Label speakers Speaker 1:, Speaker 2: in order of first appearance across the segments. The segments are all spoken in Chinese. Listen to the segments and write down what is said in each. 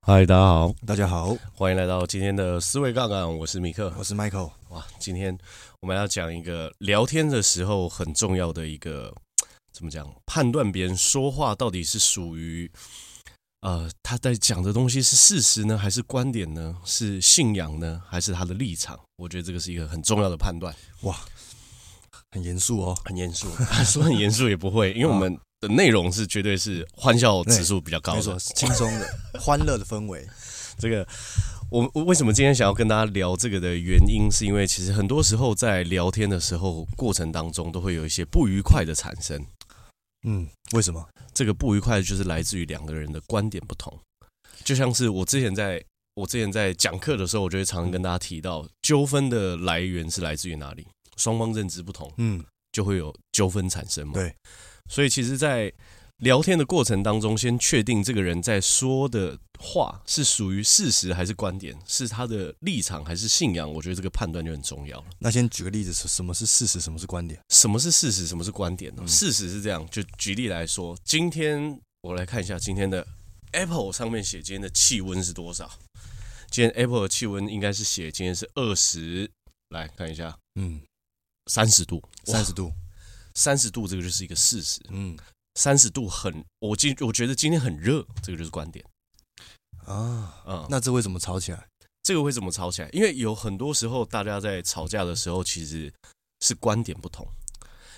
Speaker 1: 嗨，大家好，
Speaker 2: 大家好，
Speaker 1: 欢迎来到今天的思维杠杆，我是米克。
Speaker 2: 我是 Michael。
Speaker 1: 哇，今天我们要讲一个聊天的时候很重要的一个怎么讲，判断别人说话到底是属于呃他在讲的东西是事实呢，还是观点呢，是信仰呢，还是他的立场？我觉得这个是一个很重要的判断，
Speaker 2: 哇，很严肃哦。
Speaker 1: 很严肃。 说很严肃也不会，因为我们的内容是绝对是欢笑指数比较高
Speaker 2: 没
Speaker 1: 的
Speaker 2: 错，。轻松的、欢乐的氛围。
Speaker 1: 这个，我我为什么今天想要跟大家聊这个的原因，是因为其实很多时候在聊天的时候过程当中，都会有一些不愉快的产生。
Speaker 2: 嗯，为什么？
Speaker 1: 这个不愉快就是来自于两个人的观点不同，就像是我之前在我之前在讲课的时候，我就会常常跟大家提到，纠纷的来源是来自于哪里，双方认知不同，
Speaker 2: 嗯，
Speaker 1: 就会有纠纷产生嘛。
Speaker 2: 对，
Speaker 1: 所以其实，在聊天的过程当中，先确定这个人在说的话是属于事实还是观点，是他的立场还是信仰，我觉得这个判断就很重要了。
Speaker 2: 那先举个例子，什什么是事实，什么是观点？
Speaker 1: 什么是事实，什么是观点
Speaker 2: 嗯
Speaker 1: 呢？事实是这样，就举例来说，今天我来看一下今天的 Apple 上面写今天的气温是多少。今天 Apple 的气温应该是写今天是二十，来看一下
Speaker 2: 嗯，
Speaker 1: 三十度，
Speaker 2: 三十度。
Speaker 1: 三十度这个就是一个事实，
Speaker 2: 嗯
Speaker 1: 三十度很，我今我觉得今天很热，这个就是观点。
Speaker 2: 啊，
Speaker 1: 嗯，
Speaker 2: 那这为什么吵起来？
Speaker 1: 这个会怎么吵起来？因为有很多时候大家在吵架的时候，其实是观点不同，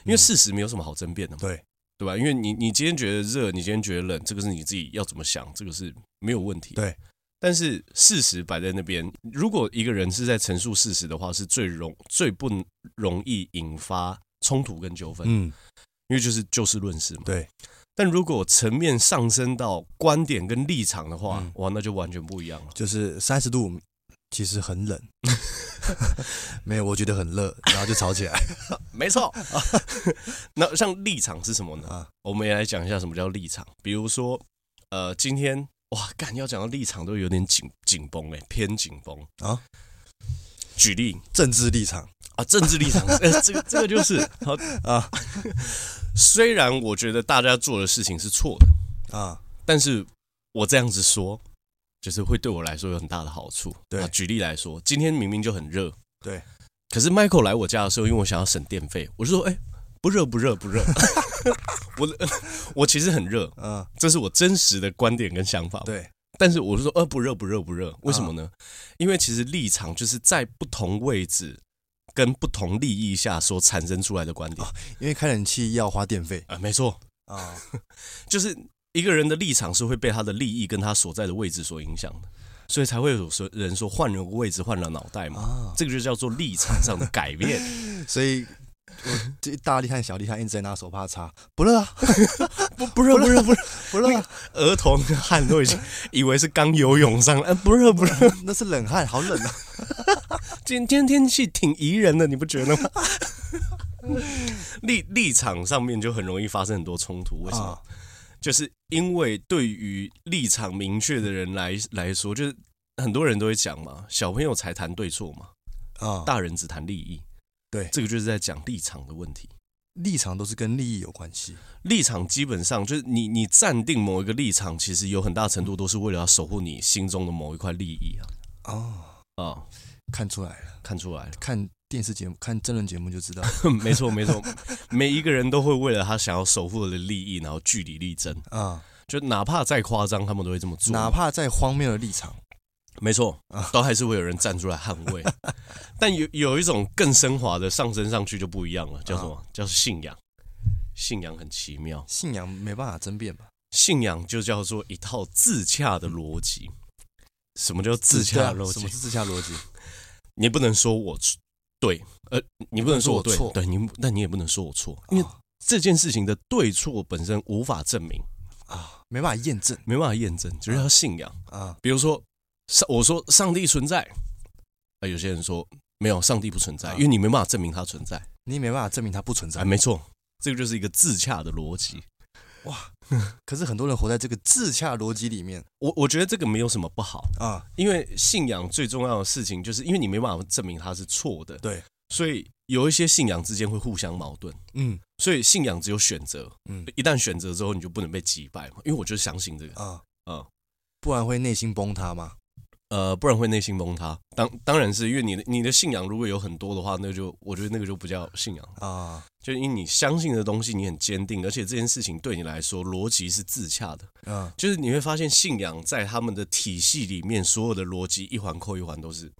Speaker 1: 因为事实没有什么好争辩的嘛，
Speaker 2: 对
Speaker 1: 嗯对吧？因为你你今天觉得热，你今天觉得冷，这个是你自己要怎么想，这个是没有问题。
Speaker 2: 对，
Speaker 1: 但是事实摆在那边，如果一个人是在陈述事实的话，是最容最不容易引发冲突跟纠纷，
Speaker 2: 嗯，
Speaker 1: 因为就是就事论事嘛。
Speaker 2: 对，
Speaker 1: 但如果层面上升到观点跟立场的话，
Speaker 2: 嗯
Speaker 1: 哇，那就完全不一样了。
Speaker 2: 就是三十度，其实很 冷。没有，我觉得很热，然后就吵 起来
Speaker 1: 没错。 那像立场是什么呢？
Speaker 2: 啊。
Speaker 1: 我们也来讲一下什么叫立场。比如说，呃，今天哇，干要讲到立场都有点紧紧绷哎，偏紧绷
Speaker 2: 啊。
Speaker 1: 举例
Speaker 2: 政治立场
Speaker 1: 啊，政治立场， 呃、这个这个就是好
Speaker 2: 啊
Speaker 1: 虽然我觉得大家做的事情是错的，
Speaker 2: 啊，
Speaker 1: 但是我这样子说，就是会对我来说有很大的好处。
Speaker 2: 对
Speaker 1: 啊举例来说，今天明明就很热，
Speaker 2: 对，
Speaker 1: 可是 Michael 来我家的时候，因为我想要省电费，我就说，哎、不热不热不 热， 我 我其实很热，
Speaker 2: 嗯，
Speaker 1: 这是我真实的观点跟想法。，
Speaker 2: 对，啊
Speaker 1: 但是我就说，呃，不热不热不热，为什么呢？因为其实立场就是在不同位置跟不同利益下所产生出来的观点啊、
Speaker 2: 因为开冷气要花电费
Speaker 1: 没错，
Speaker 2: 啊，
Speaker 1: 就是一个人的立场是会被他的利益跟他所在的位置所影响的，所以才会有说人说换了个位置换了脑袋嘛，
Speaker 2: 啊
Speaker 1: 这个就叫做立场上的改变。
Speaker 2: 所以我这大力汉、小力汉一直在拿手帕擦，不热啊，
Speaker 1: 不 不热不热不热，
Speaker 2: 不热、啊，
Speaker 1: 儿童汗都已经以为是刚游泳上来，呃，不热不热。
Speaker 2: 那是冷汗，好冷啊！
Speaker 1: 今今天天气挺宜人的，你不觉得 吗？立立场上面就很容易发生很多冲突，为什么？
Speaker 2: 啊
Speaker 1: 就是因为对于立场明确的人来来说，就是很多人都会讲嘛，小朋友才谈对错嘛，
Speaker 2: 啊，
Speaker 1: 大人只谈利益。
Speaker 2: 对
Speaker 1: 这个就是在讲立场的问题。
Speaker 2: 立场都是跟利益有关系，
Speaker 1: 立场基本上就是你你站定某一个立场，其实有很大程度都是为了要守护你心中的某一块利益啊
Speaker 2: 哦，
Speaker 1: 啊、
Speaker 2: 看出来了，
Speaker 1: 看出来了。
Speaker 2: 看电视节目、看真人节目就知道
Speaker 1: 没错，没错，每一个人都会为了他想要守护的利益，然后据理力争。
Speaker 2: 啊，
Speaker 1: 就哪怕再夸张，他们都会这么做。啊
Speaker 2: 哪怕再荒谬的立场，
Speaker 1: 没错，都还是会有人站出来捍 卫。但有有一种更升华的上升上去就不一样了，叫什么？叫信仰。信仰很奇妙，
Speaker 2: 信仰没办法争辩吧？
Speaker 1: 信仰就叫做一套自洽的逻辑。什么叫自洽
Speaker 2: 对啊
Speaker 1: 逻
Speaker 2: 什
Speaker 1: 辑
Speaker 2: 么？是自洽逻辑？
Speaker 1: 你不能说我错对，呃，你不能说我对
Speaker 2: 不能说我错，啊
Speaker 1: 对你，但你也不能说我错，因为这件事情的对错本身无法证明，
Speaker 2: 没办法验证
Speaker 1: 没办法验证，就是要信仰。
Speaker 2: 啊，
Speaker 1: 比如说，上我说上帝存在，啊，有些人说没有，上帝不存在，
Speaker 2: 啊
Speaker 1: 因为你没办法证明它存在。
Speaker 2: 你也没办法证明它不存在
Speaker 1: 啊，。没错，这个就是一个自洽的逻辑。
Speaker 2: 啊 可是很多人活在这个自洽逻辑里面
Speaker 1: 我我觉得这个没有什么不好，
Speaker 2: 啊，
Speaker 1: 因为信仰最重要的事情，就是因为你没办法证明它是错的，
Speaker 2: 对，
Speaker 1: 所以有一些信仰之间会互相矛盾。
Speaker 2: 嗯
Speaker 1: 所以信仰只有选择，
Speaker 2: 嗯
Speaker 1: 一旦选择之后，你就不能被击败嘛。因为我就是相信这个，
Speaker 2: 啊
Speaker 1: 啊
Speaker 2: 不然会内心崩塌吗？
Speaker 1: 呃，不然会内心崩塌。当当然是因为你的你的信仰如果有很多的话，那就我觉得那个就不叫信仰，
Speaker 2: 啊，
Speaker 1: 就因为你相信的东西你很坚定，而且这件事情对你来说逻辑是自洽的，
Speaker 2: 嗯
Speaker 1: 就是你会发现信仰在他们的体系里面所有的逻辑一环扣一环都是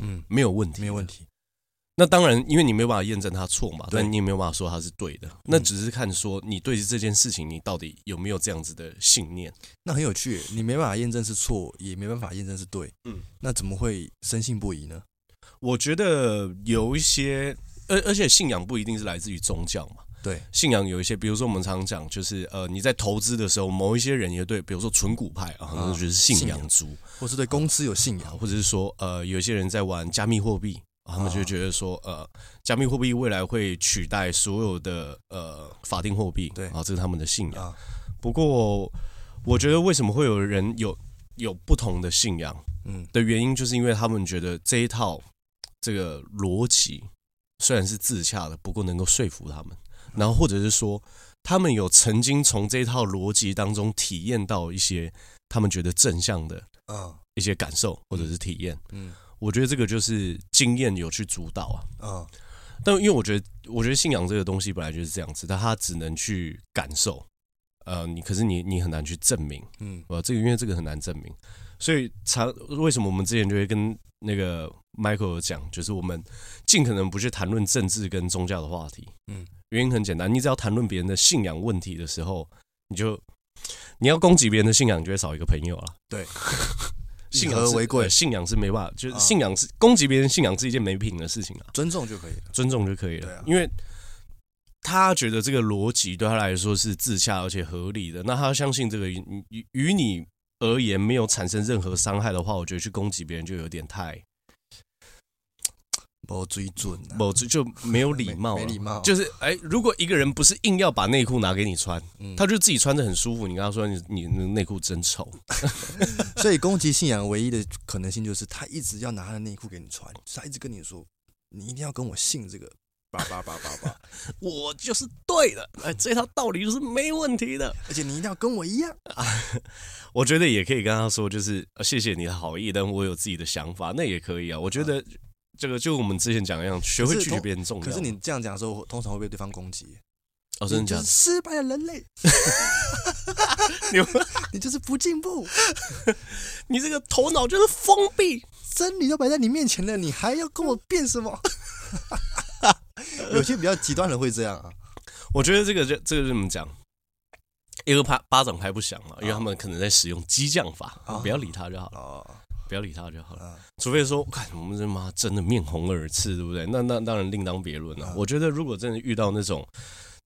Speaker 2: 嗯，
Speaker 1: 没有问题，
Speaker 2: 没有问。题。
Speaker 1: 那当然，因为你没有办法验证他错嘛，
Speaker 2: 对
Speaker 1: 但你也没有办法说他是对的，那只是看说你对这件事情你到底有没有这样子的信念。
Speaker 2: 那很有趣，你没办法验证是错，也没办法验证是对，
Speaker 1: 嗯，
Speaker 2: 那怎么会深信不疑呢？
Speaker 1: 我觉得有一些，而而且信仰不一定是来自于宗教嘛。
Speaker 2: 对，
Speaker 1: 信仰有一些，比如说我们常讲，就是呃，你在投资的时候，某一些人也对，比如说纯股派啊，那就是信仰族
Speaker 2: 或是对公司有信
Speaker 1: 啊，
Speaker 2: 仰，
Speaker 1: 或者是说呃，有一些人在玩加密货币，啊他们就会觉得说呃，加密货币未来会取代所有的呃法定货币，
Speaker 2: 对
Speaker 1: 啊，这是他们的信仰
Speaker 2: 啊。
Speaker 1: 不过，我觉得为什么会有人有有不同的信仰？
Speaker 2: 嗯，
Speaker 1: 的原因，就是因为他们觉得这一套这个逻辑虽然是自洽的，不过能够说服他们，然后或者是说他们有曾经从这一套逻辑当中体验到一些他们觉得正向的
Speaker 2: 啊，
Speaker 1: 一些感受或者是体验。
Speaker 2: 嗯
Speaker 1: 我觉得这个就是经验有去主导啊。
Speaker 2: 啊，
Speaker 1: 但因为我觉得，我觉得信仰这个东西本来就是这样子，但它只能去感受，呃，你可是你你很难去证明。
Speaker 2: 嗯
Speaker 1: 呃，这个因为这个很难证明，所以常为什么我们之前就会跟那个 Michael 有讲，就是我们尽可能不去谈论政治跟宗教的话题。
Speaker 2: 嗯，
Speaker 1: 原因很简单，你只要谈论别人的信仰问题的时候，你就你要攻击别人的信仰，你就会少一个朋友了。
Speaker 2: 对，
Speaker 1: 信
Speaker 2: 以
Speaker 1: 仰
Speaker 2: 和
Speaker 1: 是
Speaker 2: 为贵
Speaker 1: 呃信仰是没办法，就是
Speaker 2: 啊
Speaker 1: 信仰是、攻击别人信仰是一件没品的事情啊。
Speaker 2: 尊重就可以了。
Speaker 1: 尊重就可以了。
Speaker 2: 对啊
Speaker 1: 因为他觉得这个逻辑对他来说是自洽而且合理的，那他相信这个与与与你而言没有产生任何伤害的话，我觉得去攻击别人就有点太
Speaker 2: 不追准啊，
Speaker 1: 某就就没有礼貌
Speaker 2: 没
Speaker 1: 了
Speaker 2: 没。礼貌，啊
Speaker 1: 就是哎、如果一个人不是硬要把内裤拿给你穿，
Speaker 2: 嗯
Speaker 1: 他就自己穿着很舒服，你跟他说你你你内裤真丑，
Speaker 2: 所以攻击信仰唯一的可能性就是他一直要拿他的内裤给你穿，就是他一直跟你说，你一定要跟我信这个，叭叭叭叭叭，
Speaker 1: 我就是对的，哎、这套道理就是没问题的。
Speaker 2: 而且你一定要跟我一样。
Speaker 1: 我觉得也可以跟他说，就是呃谢谢你的好意，但我有自己的想法，那也可以啊。我觉得这个就我们之前讲的一样，学会拒绝别人重要。
Speaker 2: 可是你这样讲的时候，通常会被对方攻击，
Speaker 1: 哦，真
Speaker 2: 你
Speaker 1: 的假
Speaker 2: 就是
Speaker 1: 的？
Speaker 2: 失败的人类，
Speaker 1: 你
Speaker 2: 你就是不进步，
Speaker 1: 你这个头脑就是封闭。
Speaker 2: 真理都摆在你面前了，你还要跟我辩什么？有些比较极端的会这样啊，
Speaker 1: 我觉得这个就这个怎么讲？一个巴巴掌拍不响嘛，因为
Speaker 2: 啊
Speaker 1: 他们可能在使用激将法，
Speaker 2: 哦
Speaker 1: 不要理他就好了，
Speaker 2: 哦，
Speaker 1: 不要理他就好了。
Speaker 2: 啊，
Speaker 1: 除非说，看我们这妈真的面红耳赤，对不对？那那当然另当别论了、
Speaker 2: 啊
Speaker 1: 我觉得如果真的遇到那种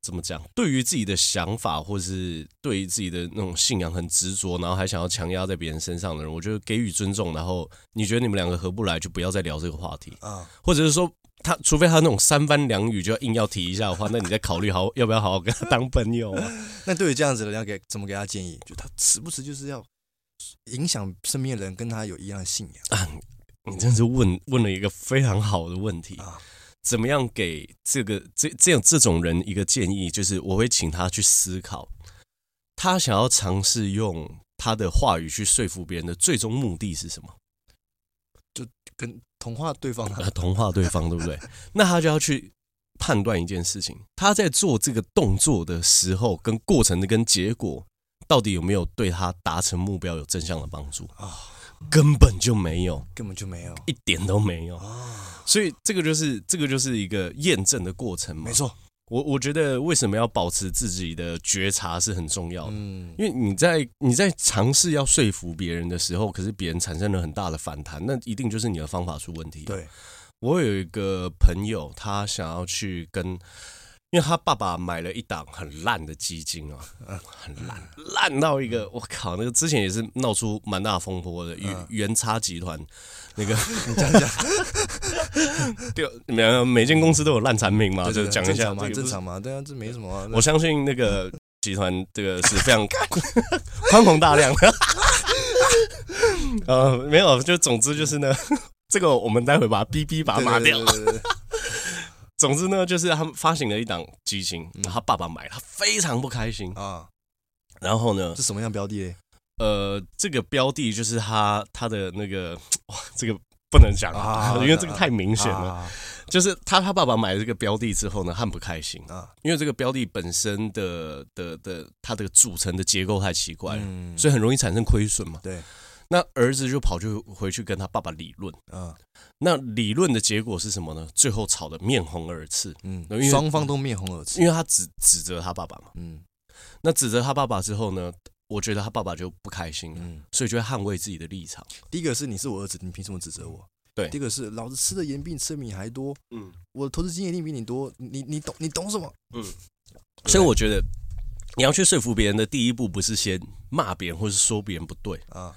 Speaker 1: 怎么讲，对于自己的想法或是对于自己的那种信仰很执着，然后还想要强压在别人身上的人，我觉得给予尊重。然后你觉得你们两个合不来，就不要再聊这个话题，
Speaker 2: 啊，
Speaker 1: 或者是说。他除非他那种三番两语就要硬要提一下的话，那你再考虑好要不要好好跟他当朋友啊、
Speaker 2: 那对于这样子的人，要给怎么给他建议？就他时不时就是要影响身边的人跟他有一样的信仰
Speaker 1: 啊你真是问问了一个非常好的问题
Speaker 2: 啊
Speaker 1: 怎么样给这个这这样这种人一个建议，就是我会请他去思考，他想要尝试用他的话语去说服别人的最终目的是什么？
Speaker 2: 跟同化对方啊
Speaker 1: 呃，同化对方，对不对？那他就要去判断一件事情，他在做这个动作的时候，跟过程的跟结果，到底有没有对他达成目标有正向的帮助？
Speaker 2: 啊
Speaker 1: 根本就没有，
Speaker 2: 根本就没有
Speaker 1: 一点都没有。
Speaker 2: 啊，
Speaker 1: 所以这个就是这个就是一个验证的过程嘛
Speaker 2: 没。错，
Speaker 1: 我我觉得为什么要保持自己的觉察是很重要的，
Speaker 2: 嗯，
Speaker 1: 因为你在你在尝试要说服别人的时候，可是别人产生了很大的反弹，那一定就是你的方法出问题。啊
Speaker 2: 对，
Speaker 1: 我有一个朋友，他想要去跟，因为他爸爸买了一档很烂的基金啊，
Speaker 2: 嗯
Speaker 1: 很烂，烂到一个我靠，那个之前也是闹出蛮大风波的，
Speaker 2: 嗯
Speaker 1: 原原差集 团那个，你讲讲， 对，没有每间公司都有烂产品嘛，
Speaker 2: 对
Speaker 1: 就
Speaker 2: 对
Speaker 1: 讲一
Speaker 2: 正
Speaker 1: 下
Speaker 2: 常嘛，
Speaker 1: 这个
Speaker 2: 正。常嘛，对啊，这没什么啊，
Speaker 1: 我相信那个集团这个是 非常宽宏大量的， 呃，没有，就总之就是呢， 这个我们待会把它逼逼把它
Speaker 2: 对
Speaker 1: 抹掉。，
Speaker 2: 对对对对对
Speaker 1: 总之呢，就是他们发行了一档基金，然后他爸爸买，他非常不开心。
Speaker 2: 啊，
Speaker 1: 然后呢
Speaker 2: 这，什么样标的嘞？
Speaker 1: 呃，这个标的就是他他的那个，哇，这个不能讲啊，
Speaker 2: 啊
Speaker 1: 因为这个太明显了。
Speaker 2: 啊
Speaker 1: 就是他他爸爸买了这个标的之后呢，他很不开心，
Speaker 2: 啊，
Speaker 1: 因为这个标的本身的的的它的组成的结构太奇怪了，
Speaker 2: 嗯，
Speaker 1: 所以很容易产生亏损嘛。
Speaker 2: 对，
Speaker 1: 那儿子就跑去回去跟他爸爸理论，
Speaker 2: 啊，
Speaker 1: 那理论的结果是什么呢？最后吵得面红耳赤，
Speaker 2: 嗯
Speaker 1: 因为，
Speaker 2: 双方都面红耳赤，
Speaker 1: 因为他指指责他爸爸嘛。
Speaker 2: 嗯
Speaker 1: 那指责他爸爸之后呢，我觉得他爸爸就不开心了，
Speaker 2: 嗯，
Speaker 1: 所以就会捍卫自己的立场。
Speaker 2: 第一个是你是我儿子，你凭什么指责我？
Speaker 1: 对
Speaker 2: 第一个是老子吃的盐比你吃的米还多，
Speaker 1: 嗯
Speaker 2: 我的投资经验一定比你多，你你懂你懂什么？
Speaker 1: 嗯，所以我觉得你要去说服别人的第一步，不是先骂别人或是说别人不对，
Speaker 2: 啊，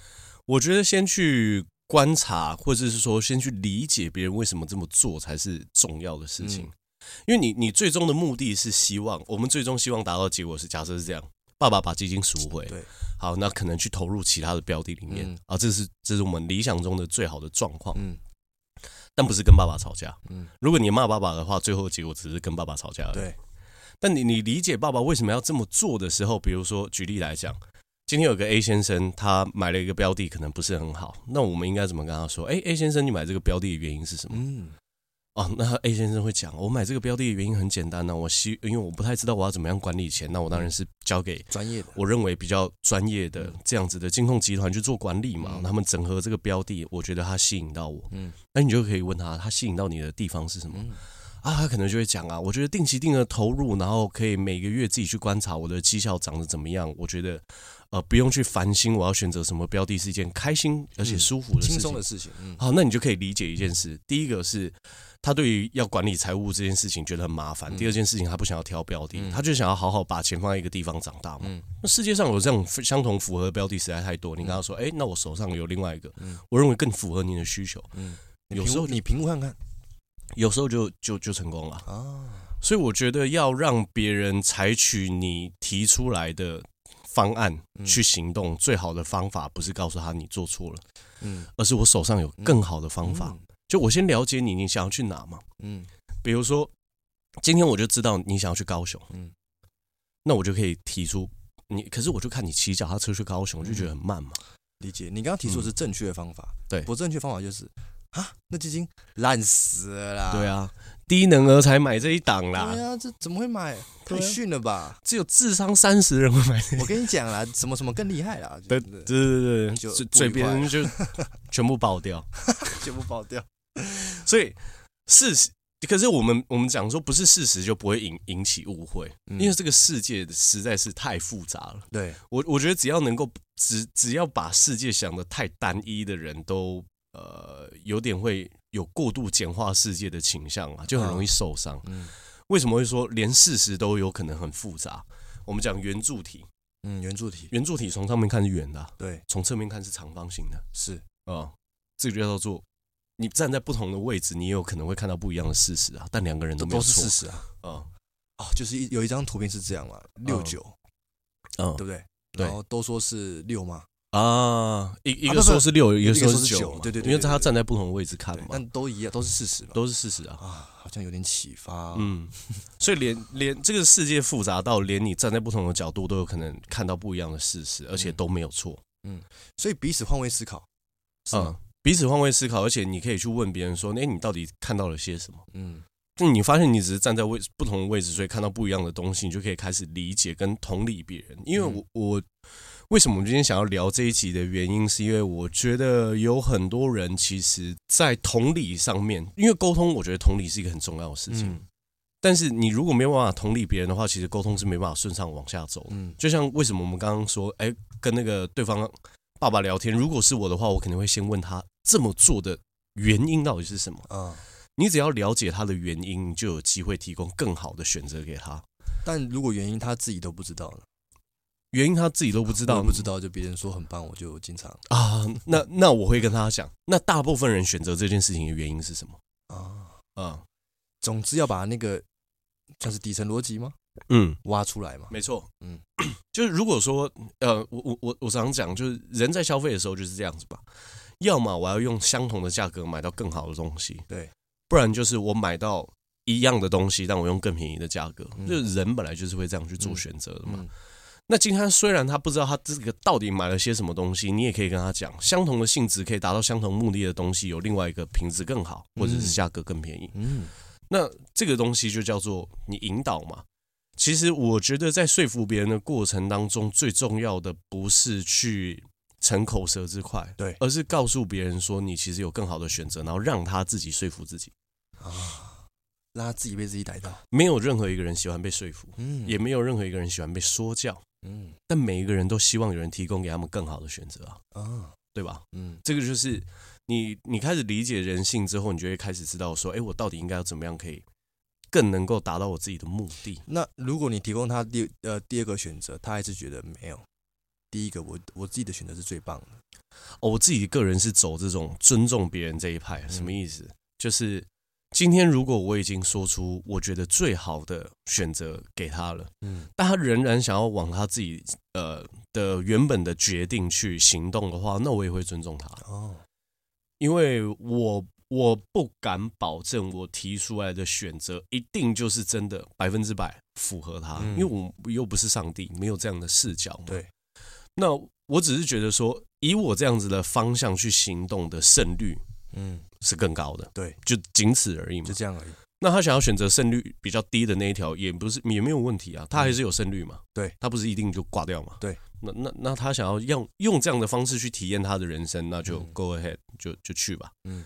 Speaker 1: 我觉得先去观察，或者是说先去理解别人为什么这么做才是重要的事情。
Speaker 2: 嗯
Speaker 1: 因为你你最终的目的是希望，我们最终希望达到的结果是，假设是这样。爸爸把基金赎回，
Speaker 2: 对，
Speaker 1: 好，那可能去投入其他的标的里面、
Speaker 2: 嗯
Speaker 1: 啊，这是这是我们理想中的最好的状况。
Speaker 2: 嗯
Speaker 1: 但不是跟爸爸吵架。
Speaker 2: 嗯
Speaker 1: 如果你骂爸爸的话，最后的结果只是跟爸爸吵架而已。
Speaker 2: 对。
Speaker 1: 但你你理解爸爸为什么要这么做的时候，比如说举例来讲，今天有个 A 先生他买了一个标的，可能不是很好，那我们应该怎么跟他说？哎、a 先生，你买这个标的的原因是什么？
Speaker 2: 嗯，
Speaker 1: 哦，那 A 先生会讲，我买这个标的的原因很简单呢、啊我希因为我不太知道我要怎么样管理钱，那我当然是交给
Speaker 2: 专业的，
Speaker 1: 我认为比较专业的这样子的金控集团去做管理嘛，
Speaker 2: 嗯
Speaker 1: 他们整合这个标的，我觉得它吸引到我，
Speaker 2: 嗯
Speaker 1: 那你就可以问他，他吸引到你的地方是什么？
Speaker 2: 嗯
Speaker 1: 啊，他可能就会讲啊，我觉得定期定额投入，然后可以每个月自己去观察我的绩效长得怎么样。我觉得，呃，不用去烦心我要选择什么标的是一件开心而且舒服的事情。
Speaker 2: 嗯轻松的事情，嗯
Speaker 1: 好，那你就可以理解一件事：第一个是他对于要管理财务这件事情觉得很麻烦；
Speaker 2: 嗯
Speaker 1: 第二件事情，他不想要挑标的，他就想要好好把钱放在一个地方长大嘛。
Speaker 2: 嗯
Speaker 1: 那世界上有这种相同符合的标的实在太多，你跟他说：“哎、那我手上有另外一个，我认为更符合你的需求。”
Speaker 2: 嗯，你
Speaker 1: 有
Speaker 2: 评
Speaker 1: 时候
Speaker 2: 估你评估看看
Speaker 1: 有时候就就就成功了。
Speaker 2: 啊，
Speaker 1: 所以我觉得要让别人采取你提出来的方案
Speaker 2: 嗯
Speaker 1: 去行动，最好的方法不是告诉他你做错了，
Speaker 2: 嗯，
Speaker 1: 而是我手上有更好的方法。就我先了解你，你想要去哪嘛？
Speaker 2: 嗯，
Speaker 1: 比如说，今天我就知道你想要去高雄，
Speaker 2: 嗯
Speaker 1: 那我就可以提出你。可是我就看你骑脚踏车去高雄，我就觉得很慢嘛。
Speaker 2: 理解。你刚刚提出的是正确的方法，
Speaker 1: 嗯对
Speaker 2: 不正确方法就是啊，那基金烂死了啦，
Speaker 1: 对，啊，低能儿才买这一档
Speaker 2: 嗯对
Speaker 1: 啦，
Speaker 2: 啊，这怎么会买？
Speaker 1: 对
Speaker 2: 太
Speaker 1: 啊
Speaker 2: 逊了吧！
Speaker 1: 只有智商三十人会买 这一档
Speaker 2: 我跟你讲啦，什么什么更厉害啦，
Speaker 1: 对
Speaker 2: 就
Speaker 1: 对对对，
Speaker 2: 就
Speaker 1: 嘴
Speaker 2: 不
Speaker 1: 嘴
Speaker 2: 愉快
Speaker 1: 边就 全部爆掉。
Speaker 2: 全部爆掉。
Speaker 1: 所以事实，可是我们我们讲说不是事实就不会引引起误会，
Speaker 2: 嗯
Speaker 1: 因为这个世界实在是太复杂了。
Speaker 2: 对，
Speaker 1: 我我觉得只要能够只只要把世界想的太单一的人都呃有点会有过度简化世界的倾向啊，就很容易受伤。
Speaker 2: 嗯
Speaker 1: 为什么会说连事实都有可能很复杂？我们讲圆柱体，
Speaker 2: 嗯，圆柱体，
Speaker 1: 圆柱体从上面看是圆的啊、
Speaker 2: 对，
Speaker 1: 从侧面看是长方形的。
Speaker 2: 是，
Speaker 1: 啊、这个就叫做你站在不同的位置，你也有可能会看到不一样的事实啊。但两个人
Speaker 2: 这
Speaker 1: 都没有
Speaker 2: 都是
Speaker 1: 错
Speaker 2: 事实啊。
Speaker 1: 啊，
Speaker 2: 哦，就是一有一张图片是这样嘛，六九，
Speaker 1: 嗯
Speaker 2: 对不对？
Speaker 1: 对
Speaker 2: 然后都说是六嘛，
Speaker 1: 啊，一一
Speaker 2: 啊
Speaker 1: 个
Speaker 2: 不
Speaker 1: 说
Speaker 2: 不
Speaker 1: 是六，一个
Speaker 2: 一个
Speaker 1: 说
Speaker 2: 说
Speaker 1: 是
Speaker 2: 是
Speaker 1: 九
Speaker 2: 九
Speaker 1: 嘛，
Speaker 2: 对对对
Speaker 1: 因为
Speaker 2: 对
Speaker 1: 他
Speaker 2: 对
Speaker 1: 站在不同的位置看嘛，
Speaker 2: 但都一样，都是事实嘛。
Speaker 1: 都是事实啊。
Speaker 2: 啊，好像有点启发。啊
Speaker 1: 嗯，所以连连这个世界复杂到连你站在不同的角度都有可能看到不一样的事实，而且都没有错。
Speaker 2: 所以彼此换位思考，是
Speaker 1: 嗯
Speaker 2: 吗，
Speaker 1: 彼此换位思考，而且你可以去问别人说：“哎，你到底看到了些什么？
Speaker 2: 嗯
Speaker 1: 但你发现你只是站在位不同的位置，所以看到不一样的东西，你就可以开始理解跟同理别人。因为我、我为什么我今天想要聊这一集的原因，是因为我觉得有很多人其实，在同理上面，因为沟通，我觉得同理是一个很重要的事情。
Speaker 2: 嗯
Speaker 1: 但是你如果没有办法同理别人的话，其实沟通是没办法顺畅往下走的。
Speaker 2: 嗯
Speaker 1: 就像为什么我们刚刚说，哎、跟那个对方爸爸聊天，如果是我的话，我肯定会先问他这么做的原因到底是什么。
Speaker 2: 啊。
Speaker 1: 你只要了解他的原因，你就有机会提供更好的选择给他。
Speaker 2: 但如果原因他自己都不知道了，
Speaker 1: 原因他自己都不知
Speaker 2: 我
Speaker 1: 道，
Speaker 2: 也不知道，就别人说很棒，我就经常
Speaker 1: 啊？那那我会跟他讲，那大部分人选择这件事情的原因是什么？
Speaker 2: 啊。
Speaker 1: 啊，
Speaker 2: 总之要把那个算是底层逻辑吗？
Speaker 1: 嗯，
Speaker 2: 挖出来嘛。
Speaker 1: 没错，嗯
Speaker 2: 嗯，
Speaker 1: 就是如果说，呃，我我我我常常讲，就是人在消费的时候就是这样子吧，要么我要用相同的价格买到更好的东西，
Speaker 2: 对，
Speaker 1: 不然就是我买到一样的东西，但我用更便宜的价格，
Speaker 2: 嗯
Speaker 1: 就是人本来就是会这样去做选择的嘛。
Speaker 2: 嗯
Speaker 1: 那今天他虽然他不知道他这个到底买了些什么东西，你也可以跟他讲，相同的性质可以达到相同目的的东西，有另外一个品质更好，或者是价格更便宜。
Speaker 2: 嗯，
Speaker 1: 那这个东西就叫做你引导嘛。其实我觉得在说服别人的过程当中，最重要的不是去逞口舌之快，
Speaker 2: 对
Speaker 1: 而是告诉别人说你其实有更好的选择，然后让他自己说服自己。
Speaker 2: 啊，让他自己被自己逮到。
Speaker 1: 没有任何一个人喜欢被说服，
Speaker 2: 嗯，
Speaker 1: 也没有任何一个人喜欢被说教，
Speaker 2: 嗯
Speaker 1: 但每一个人都希望有人提供给他们更好的选择啊，
Speaker 2: 啊
Speaker 1: 对吧？
Speaker 2: 嗯
Speaker 1: 这个就是你你开始理解人性之后，你就会开始知道说，哎，我到底应该要怎么样可以更能够达到我自己的目的。
Speaker 2: 那如果你提供他第呃第二个选择，他还是觉得没有第一个我我自己的选择是最棒的。
Speaker 1: 哦，我自己个人是走这种尊重别人这一派，什么意思？就是今天如果我已经说出我觉得最好的选择给他了，
Speaker 2: 嗯
Speaker 1: 但他仍然想要往他自己呃的原本的决定去行动的话，那我也会尊重他，
Speaker 2: 哦
Speaker 1: 因为我我不敢保证我提出来的选择一定就是真的百分之百符合他，因
Speaker 2: 嗯
Speaker 1: 为我又不是上帝，没有这样的视角嘛。
Speaker 2: 对，
Speaker 1: 那我只是觉得说，以我这样子的方向去行动的胜率
Speaker 2: 嗯
Speaker 1: 是更高的，
Speaker 2: 对，
Speaker 1: 就仅此而已嘛
Speaker 2: 就。这样而已。
Speaker 1: 那他想要选择胜率比较低的那一条，也不是也没有问题啊，他还是有胜率嘛。
Speaker 2: 嗯对，
Speaker 1: 他不是一定就挂掉嘛。
Speaker 2: 对，
Speaker 1: 那那那他想要用用这样的方式去体验他的人生，那就
Speaker 2: 嗯
Speaker 1: go ahead，、就就去吧。
Speaker 2: 嗯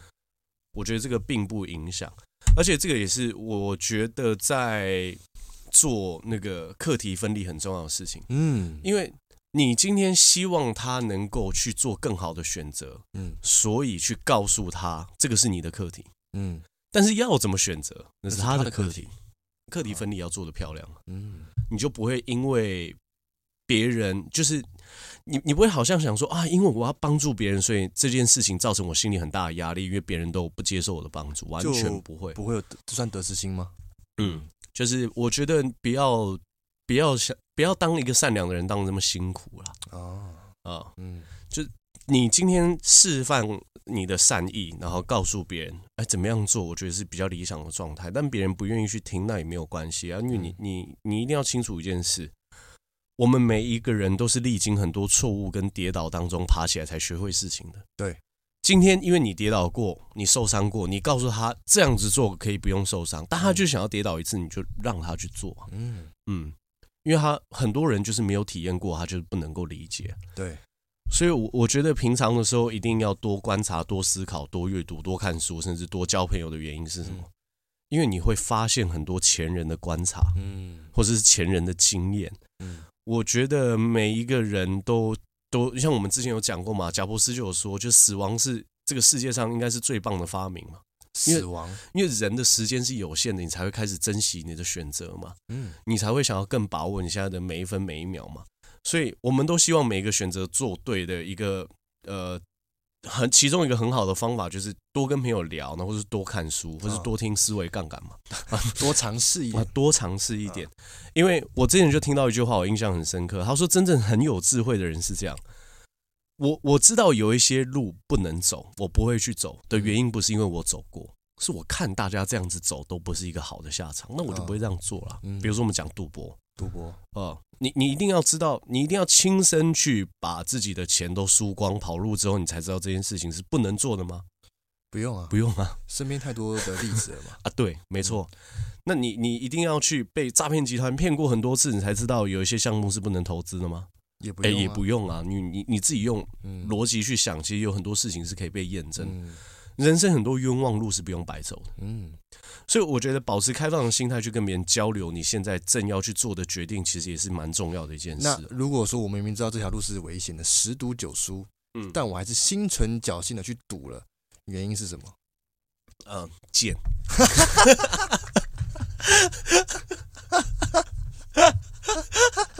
Speaker 1: 我觉得这个并不影响，而且这个也是我觉得在做那个课题分离很重要的事情。
Speaker 2: 嗯
Speaker 1: 因为你今天希望他能够去做更好的选择，
Speaker 2: 嗯
Speaker 1: 所以去告诉他这个是你的课题，
Speaker 2: 嗯
Speaker 1: 但是要怎么选择那是
Speaker 2: 那是
Speaker 1: 他
Speaker 2: 他
Speaker 1: 的
Speaker 2: 的
Speaker 1: 课
Speaker 2: 课
Speaker 1: 题。课题分离要做的漂亮，
Speaker 2: 嗯
Speaker 1: 你就不会因为别人就是你，你不会好像想说啊，因为我要帮助别人，所以这件事情造成我心里很大的压力，因为别人都不接受我的帮助，完全不会。
Speaker 2: 不会有得这算得失心吗？
Speaker 1: 嗯，就是我觉得不要不要想不要当一个善良的人当得那么辛苦了
Speaker 2: 哦
Speaker 1: 啊。
Speaker 2: 嗯
Speaker 1: 你今天示范你的善意，然后告诉别人，哎，怎么样做，我觉得是比较理想的状态。但别人不愿意去听，那也没有关系啊，因为你
Speaker 2: 嗯
Speaker 1: 你你一定要清楚一件事：我们每一个人都是历经很多错误跟跌倒当中爬起来才学会事情的。
Speaker 2: 对，
Speaker 1: 今天因为你跌倒过，你受伤过，你告诉他这样子做可以不用受伤，但他就想要跌倒一次，你就让他去做啊。
Speaker 2: 嗯
Speaker 1: 嗯，因为他很多人就是没有体验过，他就是不能够理解。
Speaker 2: 对
Speaker 1: 所以我，我觉得平常的时候一定要多观察、多思考、多阅读、多看书，甚至多交朋友的原因是什么？因为你会发现很多前人的观察，
Speaker 2: 嗯
Speaker 1: 或者是前人的经验。
Speaker 2: 嗯
Speaker 1: 我觉得每一个人都都像我们之前有讲过嘛，贾博士就有说，就死亡是这个世界上应该是最棒的发明嘛，因为
Speaker 2: 死亡
Speaker 1: 因为人的时间是有限的，你才会开始珍惜你的选择嘛。
Speaker 2: 嗯
Speaker 1: 你才会想要更把握你现在的每一分每一秒嘛。所以我们都希望每一个选择做对的一个呃，很其中一个很好的方法就是多跟朋友聊，然后是多看书，或是
Speaker 2: 啊
Speaker 1: 多听思维杠杆嘛，
Speaker 2: 多尝试一
Speaker 1: 啊
Speaker 2: 点，
Speaker 1: 多尝试一点。
Speaker 2: 嗯
Speaker 1: 因为我之前就听到一句话，我印象很深刻，他说真正很有智慧的人是这样。我我知道有一些路不能走，我不会去走的
Speaker 2: 嗯
Speaker 1: 原因不是因为我走过，是我看大家这样子走都不是一个好的下场，那我就不会这样做了。
Speaker 2: 嗯
Speaker 1: 比如说我们讲赌博，
Speaker 2: 赌博
Speaker 1: 哦，你你一定要知道，你一定要亲身去把自己的钱都输光跑路之后，你才知道这件事情是不能做的吗？
Speaker 2: 不用啊，
Speaker 1: 不用啊，
Speaker 2: 身边太多的例子了嘛。
Speaker 1: 啊，对，没错。
Speaker 2: 嗯
Speaker 1: 那你你一定要去被诈骗集团骗过很多次，你才知道有一些项目是不能投资的吗？
Speaker 2: 也不
Speaker 1: 哎、
Speaker 2: 用、啊
Speaker 1: 也不用啊，你你你自己用
Speaker 2: 嗯
Speaker 1: 逻辑去想，其实有很多事情是可以被验证的。
Speaker 2: 嗯
Speaker 1: 人生很多冤枉路是不用白走的，
Speaker 2: 嗯，
Speaker 1: 所以我觉得保持开放的心态去跟别人交流，你现在正要去做的决定，其实也是蛮重要的一件事
Speaker 2: 那
Speaker 1: 啊。
Speaker 2: 如果说我明明知道这条路是危险的，十赌九输，
Speaker 1: 嗯
Speaker 2: 但我还是心存侥幸的去赌了，原因是什么？
Speaker 1: 嗯，贱。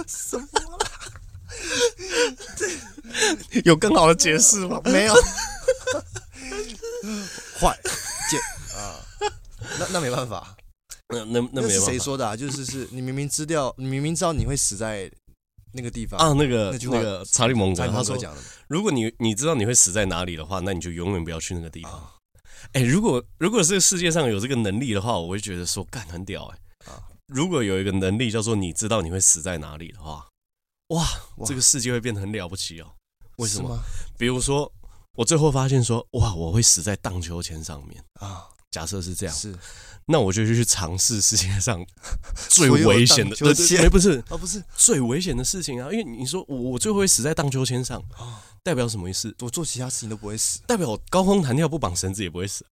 Speaker 2: 什么？
Speaker 1: 有更好的解释吗？
Speaker 2: 没有，坏，贱啊！那那没办法，
Speaker 1: 那那那
Speaker 2: 那
Speaker 1: 没
Speaker 2: 是
Speaker 1: 办法
Speaker 2: 谁说的啊？就是是你明明知道，你明明知道你会死在那个地方
Speaker 1: 啊？，那个
Speaker 2: 那句话
Speaker 1: 那个查理蒙
Speaker 2: 才
Speaker 1: 德他
Speaker 2: 他所
Speaker 1: 说，
Speaker 2: 讲的嘛
Speaker 1: 如果你你知道你会死在哪里的话，那你就永远不要去那个地方。
Speaker 2: 啊
Speaker 1: 哎、如果如果这个世界上有这个能力的话，我会觉得说干很屌哎、
Speaker 2: 啊
Speaker 1: 如果有一个能力叫做你知道你会死在哪里的话，哇，
Speaker 2: 哇
Speaker 1: 这个世界会变得很了不起哦。为什
Speaker 2: 是
Speaker 1: 么？
Speaker 2: 吗
Speaker 1: 比如说，我最后发现说，哇，我会死在荡秋千上面。
Speaker 2: 啊？
Speaker 1: 假设是这样，
Speaker 2: 是
Speaker 1: 那我就去尝试世界 上最
Speaker 2: 所有的
Speaker 1: 危险的，
Speaker 2: 荡秋千
Speaker 1: 对对哎不是
Speaker 2: 啊，不是
Speaker 1: 最危险的事情啊。因为你说我我最后会死在荡秋千上，
Speaker 2: 啊，
Speaker 1: 代表什么意思？
Speaker 2: 我做其他事情都不会死，
Speaker 1: 代表我高空弹跳不绑绳子也不会死。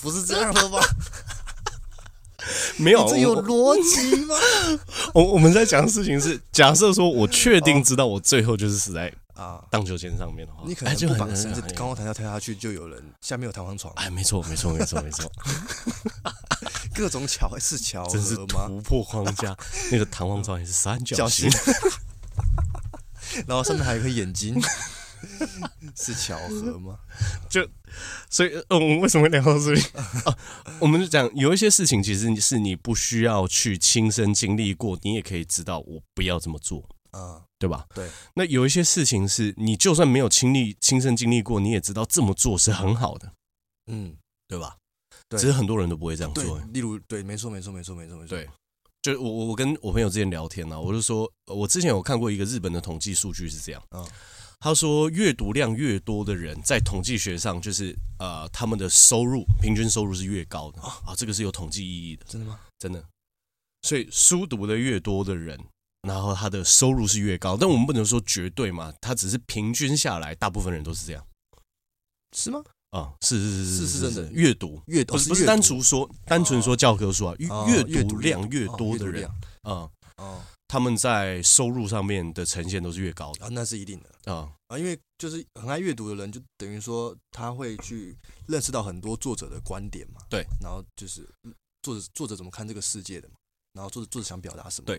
Speaker 2: 不是这样的吧？
Speaker 1: 没有，
Speaker 2: 你这
Speaker 1: 我
Speaker 2: 有逻辑吗？
Speaker 1: 我我们在讲的事情是， 假设说我确定知道我最后就是死在
Speaker 2: 啊，
Speaker 1: 荡秋千上面的话，
Speaker 2: 你可
Speaker 1: 哎
Speaker 2: 能
Speaker 1: 就
Speaker 2: 不
Speaker 1: 很
Speaker 2: 绑绳子，
Speaker 1: 很
Speaker 2: 刚刚弹跳跳下去就有人，下面有弹簧床，
Speaker 1: 哎，没错，没错，没错，没 错，
Speaker 2: 各种巧是巧
Speaker 1: 真是
Speaker 2: 合吗？
Speaker 1: 突破框架。那个弹簧床也是三角形，
Speaker 2: 然后上面还有一颗眼睛， 是巧合吗？
Speaker 1: 所以，呃，我们为什么会聊到这里？ 啊，我们就讲有一些事情，其实你是你不需要去亲身经历过，你也可以知道我不要这么做，
Speaker 2: 啊，
Speaker 1: 对吧？
Speaker 2: 对。
Speaker 1: 那有一些事情是你就算没有亲历亲身经历过，你也知道这么做是很好的，
Speaker 2: 嗯，
Speaker 1: 对吧？
Speaker 2: 对
Speaker 1: 只是很多人都不会这样
Speaker 2: 对
Speaker 1: 做。，
Speaker 2: 例如对，没错，没错，没错，没错，没错，
Speaker 1: 对就我我我跟我朋友之前聊天呢、我就说，呃我之前有看过一个日本的统计数据是这样，
Speaker 2: 嗯
Speaker 1: 他说阅读量越多的人，在统计学上就是呃他们的收入平均收入是越高
Speaker 2: 哦
Speaker 1: 的啊，这个是有统计意义的，
Speaker 2: 真的吗？
Speaker 1: 真的。所以书读的越多的人，然后他的收入是越高，但我们不能说绝对嘛，他只是平均下来，大部分人都是这样
Speaker 2: 是吗？
Speaker 1: 啊，是是是
Speaker 2: 是是真的哦
Speaker 1: 阅读。
Speaker 2: 阅
Speaker 1: 不
Speaker 2: 读
Speaker 1: 是不是单纯说单纯说教科书啊，
Speaker 2: 哦
Speaker 1: 阅
Speaker 2: 阅
Speaker 1: 读
Speaker 2: 读
Speaker 1: 量越
Speaker 2: 哦
Speaker 1: 多
Speaker 2: 阅
Speaker 1: 的
Speaker 2: 读
Speaker 1: 人
Speaker 2: 量
Speaker 1: 啊，
Speaker 2: 哦，
Speaker 1: 他们在收入上面的呈现都是越高的
Speaker 2: 啊，那是一定的
Speaker 1: 啊、
Speaker 2: 啊，因为就是很爱阅读的人，就等于说他会去认识到很多作者的观点嘛，
Speaker 1: 对，
Speaker 2: 然后就是嗯作者作者怎么看这个世界的嘛，然后作者作者想表达什么，
Speaker 1: 对，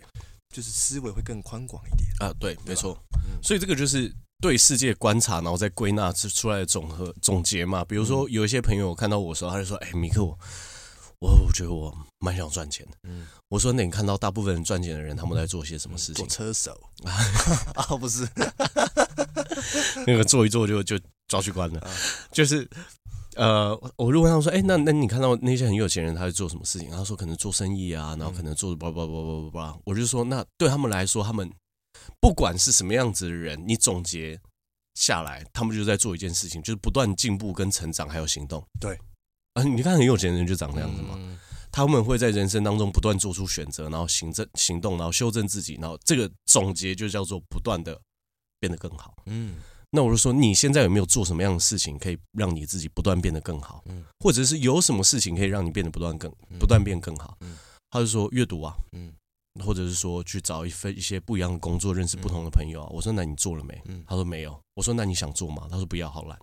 Speaker 2: 就是思维会更宽广一点，
Speaker 1: 啊，对，没错。
Speaker 2: 嗯
Speaker 1: 所以这个就是对世界观察，然后再归纳出出来的总和总结嘛。比如说，
Speaker 2: 嗯
Speaker 1: 有一些朋友看到我的时候，他就说：“哎、米克我，我我觉得我蛮想赚钱的。
Speaker 2: 嗯，
Speaker 1: 我说：“那你看到大部分人赚钱的人，他们在做些什么事情
Speaker 2: 做？车手 啊，不是，
Speaker 1: 那个做一做就就抓去关了
Speaker 2: 啊。
Speaker 1: 就是呃，我就问他说：“哎、那那你看到那些很有钱人他在做什么事情？”他说：“可能做生意啊，然后可能做叭叭叭叭叭叭。”我就说：“那对他们来说，他们不管是什么样子的人，你总结下来，他们就在做一件事情，就是不断进步、跟成长，还有行动。”
Speaker 2: 对。
Speaker 1: 啊，你看很有钱的人就长这样子嘛，
Speaker 2: 嗯
Speaker 1: 他们会在人生当中不断做出选择，然后行政行动，然后修正自己，然后这个总结就叫做不断的变得更好。
Speaker 2: 嗯
Speaker 1: 那我就说，你现在有没有做什么样的事情可以让你自己不断变得更好？
Speaker 2: 嗯
Speaker 1: 或者是有什么事情可以让你变得不断更不断变更好？
Speaker 2: 嗯
Speaker 1: 他就说阅读啊，
Speaker 2: 嗯
Speaker 1: 或者是说去找一份一些不一样的工作，认识不同的朋友啊。我说那你做了没？
Speaker 2: 嗯
Speaker 1: 他说没有。我说那你想做吗？他说不要，好懒。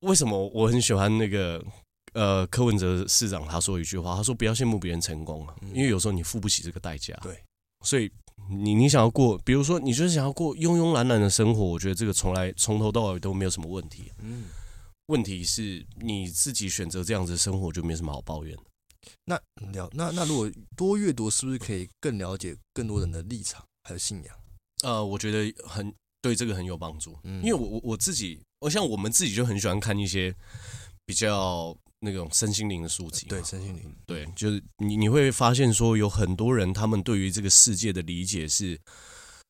Speaker 1: 为什么我很喜欢那个呃柯文哲市长他说一句话，他说不要羡慕别人成功啊，
Speaker 2: 嗯
Speaker 1: 因为有时候你付不起这个代价。啊
Speaker 2: 对，
Speaker 1: 所以你你想要过，比如说你就是想要过慵慵懒懒的生活，我觉得这个从来从头到尾都没有什么问题。
Speaker 2: 嗯，
Speaker 1: 问题是你自己选择这样子的生活，就没什么好抱怨的。
Speaker 2: 那了那那如果多阅读，是不是可以更了解更多人的立场还有信仰？
Speaker 1: 呃，我觉得很对这个很有帮助，
Speaker 2: 嗯
Speaker 1: 因为我我我自己，我像我们自己就很喜欢看一些比较那种身心灵的书籍嘛，
Speaker 2: 对，身心灵，
Speaker 1: 对，就是你你会发现说有很多人他们对于这个世界的理解是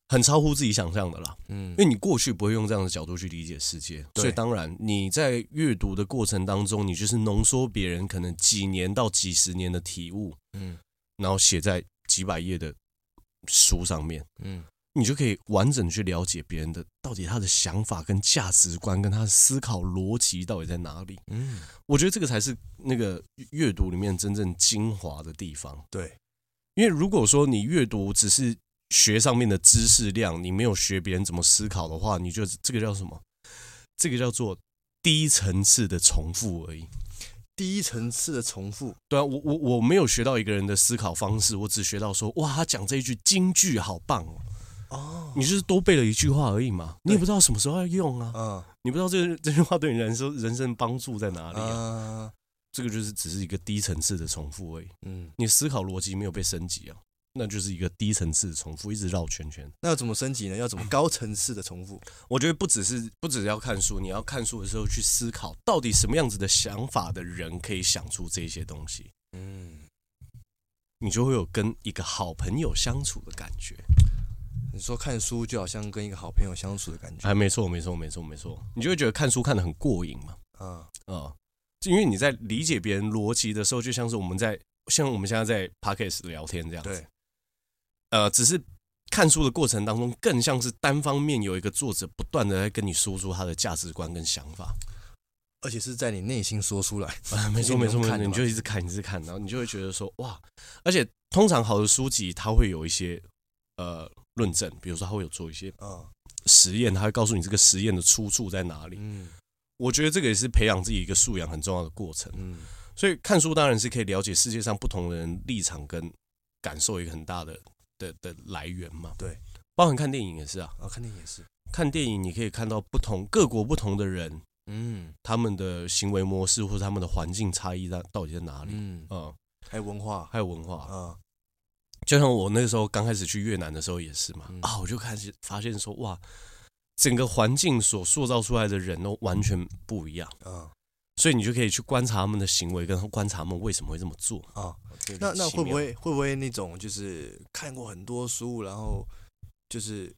Speaker 1: 很超乎自己想象的啦。
Speaker 2: 嗯
Speaker 1: 因为你过去不会用这样的角度去理解世界，
Speaker 2: 对
Speaker 1: 所以当然你在阅读的过程当中，你就是浓缩别人可能几年到几十年的体悟，
Speaker 2: 嗯
Speaker 1: 然后写在几百页的书上面，
Speaker 2: 嗯，
Speaker 1: 你就可以完整去了解别人的到底他的想法跟价值观，跟他的思考逻辑到底在哪里。
Speaker 2: 嗯，
Speaker 1: 我觉得这个才是那个阅读里面真正精华的地方。
Speaker 2: 对，
Speaker 1: 因为如果说你阅读只是学上面的知识量，你没有学别人怎么思考的话，你就这个叫什么？这个叫做低层次的重复而已。
Speaker 2: 第一层次的重复，
Speaker 1: 对啊，我我我没有学到一个人的思考方式，我只学到说，哇，他讲这一句京剧好棒哦。
Speaker 2: 哦，
Speaker 1: 你就是多背了一句话而已嘛，你也不知道什么时候要用啊，
Speaker 2: 嗯
Speaker 1: 你不知道这 这句话对你人生人生帮助在哪里啊。
Speaker 2: 啊，
Speaker 1: 这个就是只是一个低层次的重复而已，
Speaker 2: 嗯，
Speaker 1: 你思考逻辑没有被升级啊，那就是一个低层次的重复，一直绕圈圈。
Speaker 2: 那要怎么升级呢？要怎么高层次的重复？
Speaker 1: 我觉得不只是不只是要看书，你要看书的时候去思考，到底什么样子的想法的人可以想出这些东西，
Speaker 2: 嗯，
Speaker 1: 你就会有跟一个好朋友相处的感觉。
Speaker 2: 你说看书就好像跟一个好朋友相处的感觉，
Speaker 1: 哎，没错，没错，没错，没错，你就会觉得看书看得很过瘾嘛，
Speaker 2: 啊，
Speaker 1: 啊、就因为你在理解别人逻辑的时候，就像是我们在像我们现在在 podcast 聊天这样子，
Speaker 2: 对，
Speaker 1: 呃，只是看书的过程当中，更像是单方面有一个作者不断的在跟你说出他的价值观跟想法。
Speaker 2: 而且是在你内心说出来，
Speaker 1: 啊，没错
Speaker 2: 你
Speaker 1: 没错没
Speaker 2: 不用
Speaker 1: 错，
Speaker 2: 看的
Speaker 1: 你
Speaker 2: 嘛
Speaker 1: 就一直看，一直看，然后你就会觉得说哇，而且通常好的书籍它会有一些呃论证，比如说它会有做一些
Speaker 2: 啊，
Speaker 1: 实验，它会告诉你这个实验的出处在哪里。
Speaker 2: 嗯
Speaker 1: 我觉得这个也是培养自己一个素养很重要的过程。
Speaker 2: 嗯
Speaker 1: 所以看书当然是可以了解世界上不同的人立场跟感受一个很大的的的来源嘛。
Speaker 2: 对，
Speaker 1: 包含看电影也是啊。
Speaker 2: 啊，看电影也是，
Speaker 1: 看电影，你可以看到不同各国不同的人，
Speaker 2: 嗯
Speaker 1: 他们的行为模式或者他们的环境差异在到底在哪里？
Speaker 2: 嗯，
Speaker 1: 嗯，
Speaker 2: 还有文化
Speaker 1: 还有文化，
Speaker 2: 啊，
Speaker 1: 就像我那时候刚开始去越南的时候也是嘛
Speaker 2: 嗯，
Speaker 1: 啊，我就开始发现说，哇，整个环境所塑造出来的人都完全不一样，
Speaker 2: 啊
Speaker 1: 所以你就可以去观察他们的行为，跟观察他们为什么会这么做。
Speaker 2: 啊，
Speaker 1: 这个
Speaker 2: 那那
Speaker 1: 奇
Speaker 2: 会不
Speaker 1: 妙
Speaker 2: 会会不会那种就是看过很多书，然后就是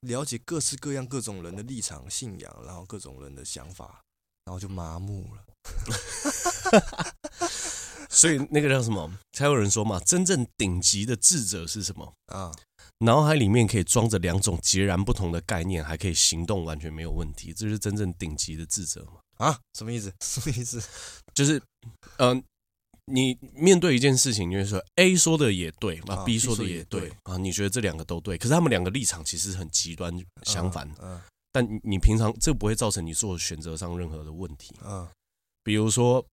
Speaker 2: 了解各式各样各种人的立场、信仰，然后各种人的想法，然后就麻木了？
Speaker 1: 所以那个叫什么？才有人说嘛，真正顶级的智者是什么？
Speaker 2: 啊，
Speaker 1: 脑海里面可以装着两种截然不同的概念，还可以行动，完全没有问题。这就是真正顶级的智者嘛。
Speaker 2: 啊，什么意思？ 什么意思？
Speaker 1: 就是，嗯、你面对一件事情，你会说 A 说的也对，啊
Speaker 2: 啊
Speaker 1: B
Speaker 2: ，B
Speaker 1: 说的
Speaker 2: 说的
Speaker 1: 也
Speaker 2: 也
Speaker 1: 对
Speaker 2: 对
Speaker 1: 啊，你觉得这两个都对，可是他们两个立场其实很极端相反。
Speaker 2: 嗯
Speaker 1: 但你你平常这不会造成你做选择上任何的问题。
Speaker 2: 嗯
Speaker 1: 比如说，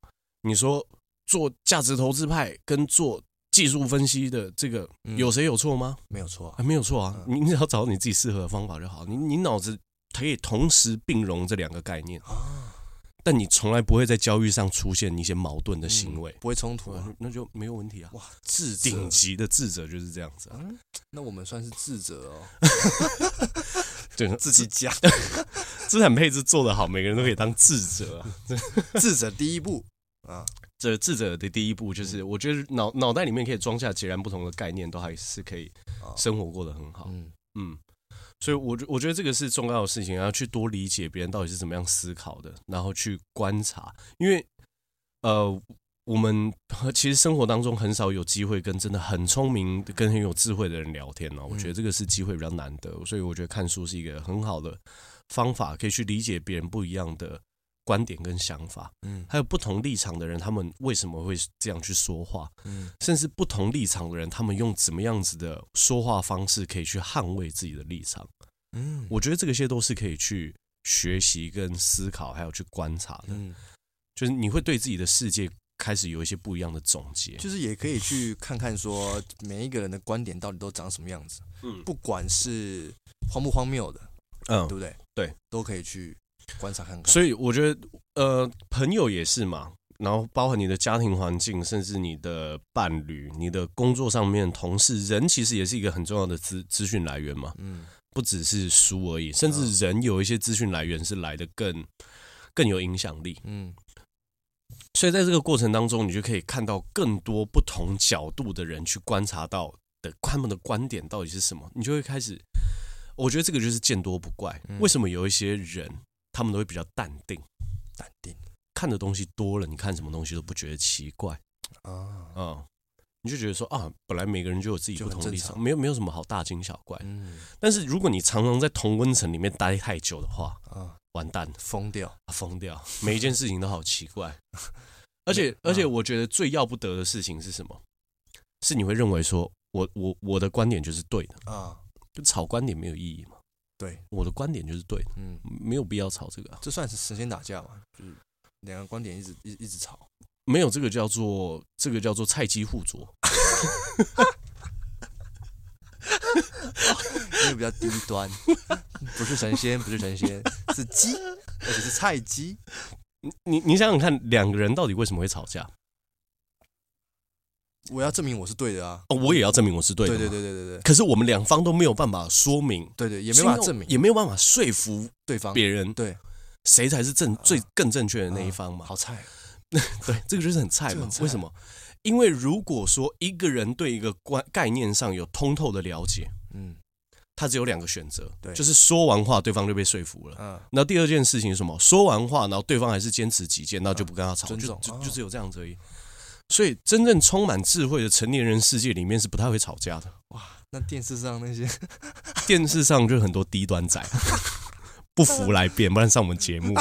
Speaker 1: 你说做价值投资派跟做技术分析的这个
Speaker 2: 嗯
Speaker 1: 有谁有错吗？
Speaker 2: 没有错啊
Speaker 1: 啊，没有错啊，
Speaker 2: 嗯
Speaker 1: 你你只要找到你自己适合的方法就好。你你脑子可以同时并容这两个概念，
Speaker 2: 啊，
Speaker 1: 但你从来不会在交易上出现一些矛盾的行为
Speaker 2: 嗯，不会冲突
Speaker 1: 对吧
Speaker 2: 啊。
Speaker 1: 那就没有问题啊。
Speaker 2: 哇，智者
Speaker 1: 顶级的智者就是这样子、啊，
Speaker 2: 嗯，那我们算是智者哦，
Speaker 1: 对，
Speaker 2: 自己讲
Speaker 1: 资产配置做得好，每个人都可以当智者啊。
Speaker 2: 智者第一步啊，
Speaker 1: 这智者的第一步就是，我觉得脑脑袋里面可以装下截然不同的概念，都还是可以
Speaker 2: 啊
Speaker 1: 生活过得很好。
Speaker 2: 嗯
Speaker 1: 嗯，所以我觉我觉得这个是重要的事情，要去多理解别人到底是怎么样思考的，然后去观察，因为呃，我们呃其实生活当中很少有机会跟真的很聪明、跟很有智慧的人聊天哦，我觉得这个是机会比较难得，所以我觉得看书是一个很好的方法，可以去理解别人不一样的。观点跟想法，
Speaker 2: 嗯
Speaker 1: 还有不同立场的人，他们为什么会这样去说话？
Speaker 2: 嗯
Speaker 1: 甚至不同立场的人，他们用怎么样子的说话方式可以去捍卫自己的立场。
Speaker 2: 嗯，
Speaker 1: 我觉得这个些都是可以去学习、跟思考，还有去观察的。
Speaker 2: 嗯，
Speaker 1: 就是你会对自己的世界开始有一些不一样的总结。
Speaker 2: 就是也可以去看看说每一个人的观点到底都长什么样子，
Speaker 1: 嗯
Speaker 2: 不管是荒不荒谬的，对
Speaker 1: 嗯，
Speaker 2: 不对？
Speaker 1: 对，
Speaker 2: 都可以去观察看看。
Speaker 1: 所以我觉得，呃，朋友也是嘛。然后包含你的家庭环境，甚至你的伴侣、你的工作上面的同事，人其实也是一个很重要的资资讯来源嘛。
Speaker 2: 嗯
Speaker 1: 不只是书而已，甚至人有一些资讯来源是来的更更有影响力。
Speaker 2: 嗯
Speaker 1: 所以在这个过程当中，你就可以看到更多不同角度的人去观察到的他们的观点到底是什么，你就会开始我觉得这个就是见多不怪。
Speaker 2: 嗯
Speaker 1: 为什么有一些人他们都会比较淡定，
Speaker 2: 淡定
Speaker 1: 看的东西多了，你看什么东西都不觉得奇怪
Speaker 2: 啊，
Speaker 1: 啊、嗯你就觉得说啊，本来每个人就有自己
Speaker 2: 就
Speaker 1: 不
Speaker 2: 很
Speaker 1: 同的立
Speaker 2: 正
Speaker 1: 场，
Speaker 2: 常
Speaker 1: 没有没有什么好大惊小怪。
Speaker 2: 嗯
Speaker 1: 但是如果你常常在同温层里面待太久的话，
Speaker 2: 啊，
Speaker 1: 完蛋了，
Speaker 2: 疯掉，
Speaker 1: 啊疯掉，每一件事情都好奇怪。 而且
Speaker 2: 那
Speaker 1: 而且，
Speaker 2: 嗯
Speaker 1: 我觉得最要不得的事情是什么？是你会认为说我我我的观点就是对的，
Speaker 2: 啊，
Speaker 1: 就吵观点没有意义嘛？
Speaker 2: 对，
Speaker 1: 我的观点就是对的，
Speaker 2: 嗯，
Speaker 1: 没有必要吵这个、啊，
Speaker 2: 这算是神仙打架嘛，
Speaker 1: 嗯
Speaker 2: 就是两个观点一直一一直吵，
Speaker 1: 没有这个叫做这个叫做菜鸡互啄，
Speaker 2: 因为比较低 端，不是神仙，不是神仙， 是鸡，而且是菜鸡，
Speaker 1: 你你想想看，两个人到底为什么会吵架？
Speaker 2: 我要证明我是对的啊，
Speaker 1: 哦，我也要证明我是对的，
Speaker 2: 对对。对对对对
Speaker 1: 可是我们两方都没有办法说明，
Speaker 2: 对对，也没办法证明
Speaker 1: 也没有办法说服
Speaker 2: 对方
Speaker 1: 别人，
Speaker 2: 哦对
Speaker 1: 谁才是正
Speaker 2: 啊
Speaker 1: 最更正确的那一方嘛？
Speaker 2: 好菜，啊
Speaker 1: 对，这个就是很菜
Speaker 2: 这个
Speaker 1: 嘛
Speaker 2: 很。菜啊
Speaker 1: 为什么？因为如果说一个人对一个观概念上有通透的了解，
Speaker 2: 嗯
Speaker 1: 他只有两个选择，
Speaker 2: 对
Speaker 1: 就是说完话对方就被说服了。
Speaker 2: 嗯，
Speaker 1: 那第二件事情是什么？说完话，然后对方还是坚持己见，那就不跟他吵，
Speaker 2: 嗯尊
Speaker 1: 就
Speaker 2: 重
Speaker 1: 就
Speaker 2: 哦
Speaker 1: 就只有这样子而已。所以，真正充满智慧的成年人世界里面是不太会吵架的。
Speaker 2: 那电视上那些
Speaker 1: 电视上就很多低端仔， 不服来辩，不然上我们节目。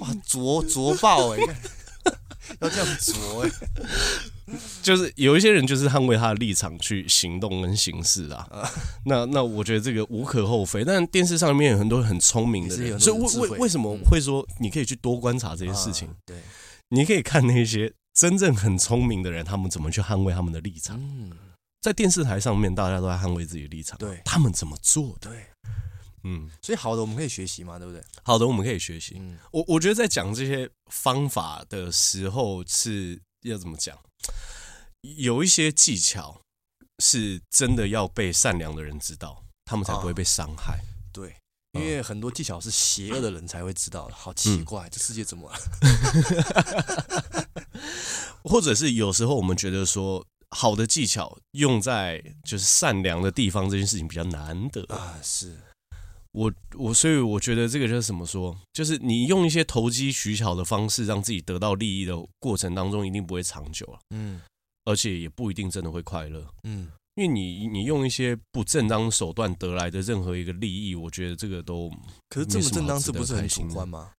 Speaker 2: 哇，啄啄爆哎、看 要这样啄哎、
Speaker 1: 就是有一些人就是捍卫他的立场去行动跟行事啊。那那我觉得这个无可厚非，但电视上面有很多很聪明的
Speaker 2: 也是有
Speaker 1: 人，
Speaker 2: 很
Speaker 1: 所以
Speaker 2: 多智
Speaker 1: 为为
Speaker 2: 慧
Speaker 1: 为什么
Speaker 2: 嗯
Speaker 1: 会说你可以去多观察这些事情？
Speaker 2: 啊对，
Speaker 1: 你可以看那些真正很聪明的人，他们怎么去捍卫他们的立场。
Speaker 2: 嗯，
Speaker 1: 在电视台上面，大家都在捍卫自己的立场，
Speaker 2: 对
Speaker 1: 他们怎么做的？
Speaker 2: 对，
Speaker 1: 嗯，
Speaker 2: 所以好的我们可以学习嘛，对不对？
Speaker 1: 好的，我们可以学习。
Speaker 2: 嗯
Speaker 1: 我我觉得在讲这些方法的时候是要怎么讲，有一些技巧是真的要被善良的人知道，他们才不会被伤害。
Speaker 2: 对，
Speaker 1: 嗯
Speaker 2: 因为很多技巧是邪恶的人才会知道的，好奇怪，这世界怎么了？
Speaker 1: 或者是有时候我们觉得说，好的技巧用在就是善良的地方这件事情比较难得。
Speaker 2: 啊？是，
Speaker 1: 我我所以我觉得这个就是怎么说，就是你用一些投机取巧的方式让自己得到利益的过程当中，一定不会长久了，
Speaker 2: 嗯
Speaker 1: 而且也不一定真的会快乐。
Speaker 2: 嗯，
Speaker 1: 因为你你用一些不正当手段得来的任何一个利益，我觉得这个都
Speaker 2: 可是这么正当，这不是很主观吗？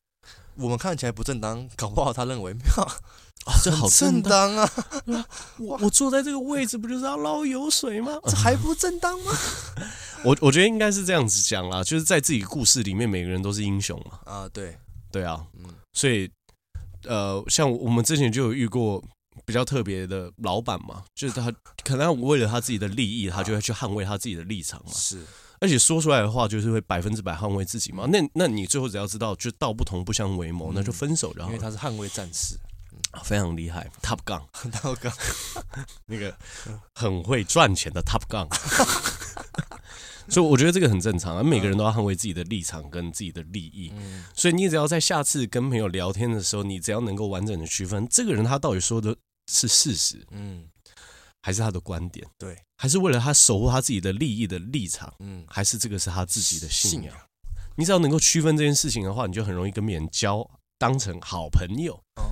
Speaker 2: 我们看起来不正当， 搞不好他认为没有
Speaker 1: 啊，这好
Speaker 2: 正
Speaker 1: 当。
Speaker 2: 当啊，
Speaker 1: 我我坐在这个位置不就是要捞油水吗？
Speaker 2: 这还不正当 吗？
Speaker 1: 我我觉得应该是这样子讲啦，就是在自己故事里面，每个人都是英雄嘛，
Speaker 2: 啊，对，
Speaker 1: 对啊，
Speaker 2: 嗯
Speaker 1: 所以呃，像我们之前就有遇过比较特别的老板嘛，就是他可能为了他自己的利益，他就会去捍卫他自己的立场嘛，
Speaker 2: 是，
Speaker 1: 而且说出来的话就是会百分之百捍卫自己嘛。那那你最后只要知道，就道不同不相为谋，那就分手就好
Speaker 2: 嗯因
Speaker 1: 了
Speaker 2: 为。他是捍卫战 士，
Speaker 1: 啊非常厉害，Top Gun
Speaker 2: 他刚
Speaker 1: 那个很会赚钱的 Top Gun，所以我觉得这个很正常啊，每个人都要捍卫自己的立场跟自己的利益，
Speaker 2: 嗯
Speaker 1: 所以你只要在下次跟朋友聊天的时候，你只要能够完整的区分这个人他到底说的是事实
Speaker 2: 嗯
Speaker 1: 还是他的观点，
Speaker 2: 对，
Speaker 1: 还是为了他守护他自己的利益的立场，
Speaker 2: 嗯，
Speaker 1: 还是这个是他自己的信
Speaker 2: 信
Speaker 1: 仰
Speaker 2: 仰。
Speaker 1: 你只要能够区分这件事情的话，你就很容易跟别人交当成好朋友。
Speaker 2: 哦，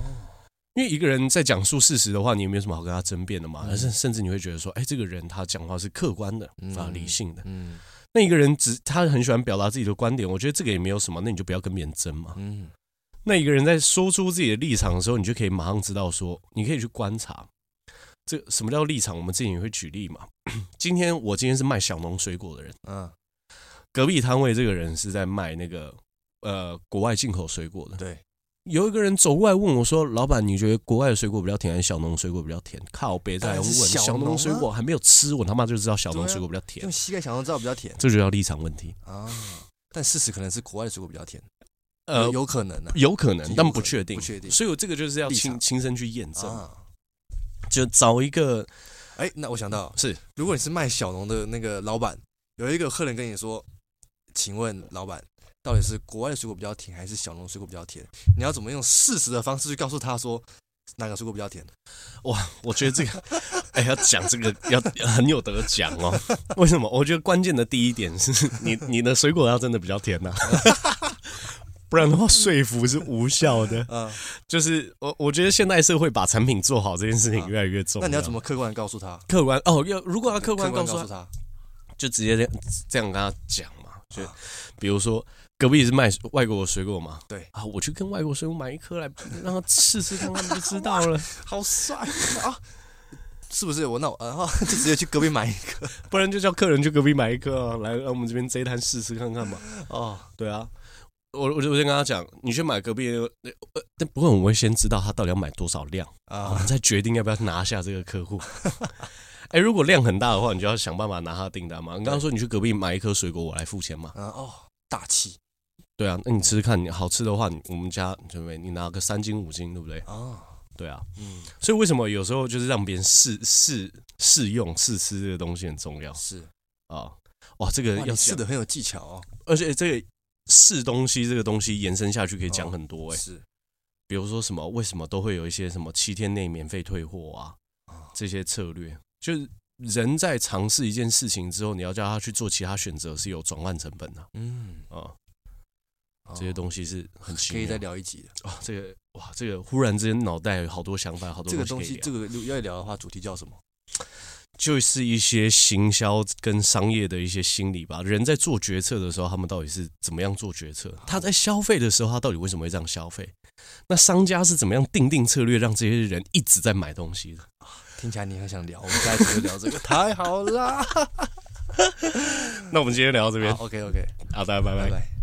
Speaker 1: 因为一个人在讲述事实的话，你也没有什么好跟他争辩的嘛。
Speaker 2: 嗯
Speaker 1: 而甚甚至你会觉得说，哎，这个人他讲话是客观的
Speaker 2: 嗯
Speaker 1: 啊，理性的。
Speaker 2: 嗯
Speaker 1: 那一个人只他很喜欢表达自己的观点，我觉得这个也没有什么，那你就不要跟别人争嘛。
Speaker 2: 嗯
Speaker 1: 那一个人在说出自己的立场的时候，你就可以马上知道说，你可以去观察这什么叫立场。我们之前也会举例嘛。 今天我今天是卖小农水果的人，
Speaker 2: 嗯，
Speaker 1: 隔壁摊位这个人是在卖那个呃国外进口水果的。
Speaker 2: 对，
Speaker 1: 有一个人走过来问我说：“老板，你觉得国外的水果比较甜，还是小农水果比较甜？”靠北，再来问
Speaker 2: 当然是小
Speaker 1: 小
Speaker 2: 农啊
Speaker 1: 农水果还没有吃，我他妈就知道小农水果比较甜
Speaker 2: 用，膝盖想象照比较甜
Speaker 1: 这就叫立场问题。
Speaker 2: 啊，但事实可能是国外的水果比较甜，
Speaker 1: 呃，
Speaker 2: 有可能呢，啊
Speaker 1: 有可能，
Speaker 2: 有
Speaker 1: 但
Speaker 2: 可
Speaker 1: 不
Speaker 2: 能
Speaker 1: 确定，
Speaker 2: 不确定
Speaker 1: 所以我这个就是要
Speaker 2: 立
Speaker 1: 亲
Speaker 2: 场
Speaker 1: 亲身去验证，
Speaker 2: 啊。
Speaker 1: 就找一个
Speaker 2: 哎，那我想到
Speaker 1: 是，
Speaker 2: 如果你是卖小农的那个老板，有一个客人跟你说，请问老板，到底是国外的水果比较甜，还是小农水果比较甜？你要怎么用事实的方式去告诉他说哪个水果比较甜？
Speaker 1: 哇，我觉得这个 哎，要讲这个要很有得讲哦。 为什么？我觉得关键的第一点是你你的水果要真的比较甜呐、 不然的话说服是无效的。
Speaker 2: 嗯，
Speaker 1: 就是我我觉得现代社会把产品做好这件事情越来越重要。
Speaker 2: 啊那你要怎么客观地告诉他？
Speaker 1: 客观？哦，要如果要客观
Speaker 2: 客
Speaker 1: 告
Speaker 2: 观
Speaker 1: 诉
Speaker 2: 告
Speaker 1: 他
Speaker 2: 诉，他，
Speaker 1: 就直接这样这样跟他讲嘛，就
Speaker 2: 啊
Speaker 1: 比如说隔壁是卖外国的水果嘛，
Speaker 2: 对
Speaker 1: 啊，我去跟外国水果买一颗来让他试试看，看就知道了。
Speaker 2: 好帅啊！是不是我那我然后就 直接去隔壁买一个
Speaker 1: 不然就叫客人去隔壁买一颗、啊，来让我们这边这一摊试试看看嘛。
Speaker 2: 哦，
Speaker 1: 对啊，我我就我先跟他讲，你去买隔壁的，呃，呃但不过我们会先知道他到底要买多少量，我
Speaker 2: 啊
Speaker 1: 们再决定要不要拿下这个客户。 哎、如果量很大的话，你就要想办法拿他的订单嘛。你刚刚说你去隔壁买一颗水果，我来付钱嘛。
Speaker 2: 啊哦，大气
Speaker 1: 对啊，那你吃吃看，你好吃的话，你我们家对不对？你拿个三斤五斤，对不对？
Speaker 2: 啊，
Speaker 1: 对啊，
Speaker 2: 嗯，
Speaker 1: 所以为什么有时候就是让别人试试试用试吃这个东西很重要
Speaker 2: 是
Speaker 1: 啊？哇，这个
Speaker 2: 哇
Speaker 1: 要
Speaker 2: 你试
Speaker 1: 讲
Speaker 2: 的很有技巧哦，
Speaker 1: 而且这个试东西这个东西延伸下去可以讲很多哎、
Speaker 2: 是
Speaker 1: 比如说什么为什么都会有一些什么七天内免费退货啊
Speaker 2: 啊
Speaker 1: 这些策略，就是人在尝试一件事情之后，你要叫他去做其他选择是有转换成本的
Speaker 2: 嗯，
Speaker 1: 啊这些
Speaker 2: 西
Speaker 1: 东西是很奇
Speaker 2: 哦可以
Speaker 1: 妙
Speaker 2: 再聊一集的。
Speaker 1: 啊，这个哇，这个忽然之间脑袋有好多想法，好多
Speaker 2: 这个
Speaker 1: 东
Speaker 2: 东
Speaker 1: 西可以
Speaker 2: 西，
Speaker 1: 聊
Speaker 2: 这个如要聊的话，主题叫什么？
Speaker 1: 就是一些行销跟商业的一些心理吧。人在做决策的时候，他们到底是怎么样做决
Speaker 2: 哦
Speaker 1: 策？他在消费的时候，他到底为什么会这样消费？那商家是怎么样定定策略，让这些人一直在买东西的？
Speaker 2: 听起来你很想聊，我们下一集就聊这个， 太好啦！
Speaker 1: 那我们今天聊到这边，
Speaker 2: 好，OK OK，
Speaker 1: 好，大家拜
Speaker 2: 拜
Speaker 1: 拜。
Speaker 2: 拜。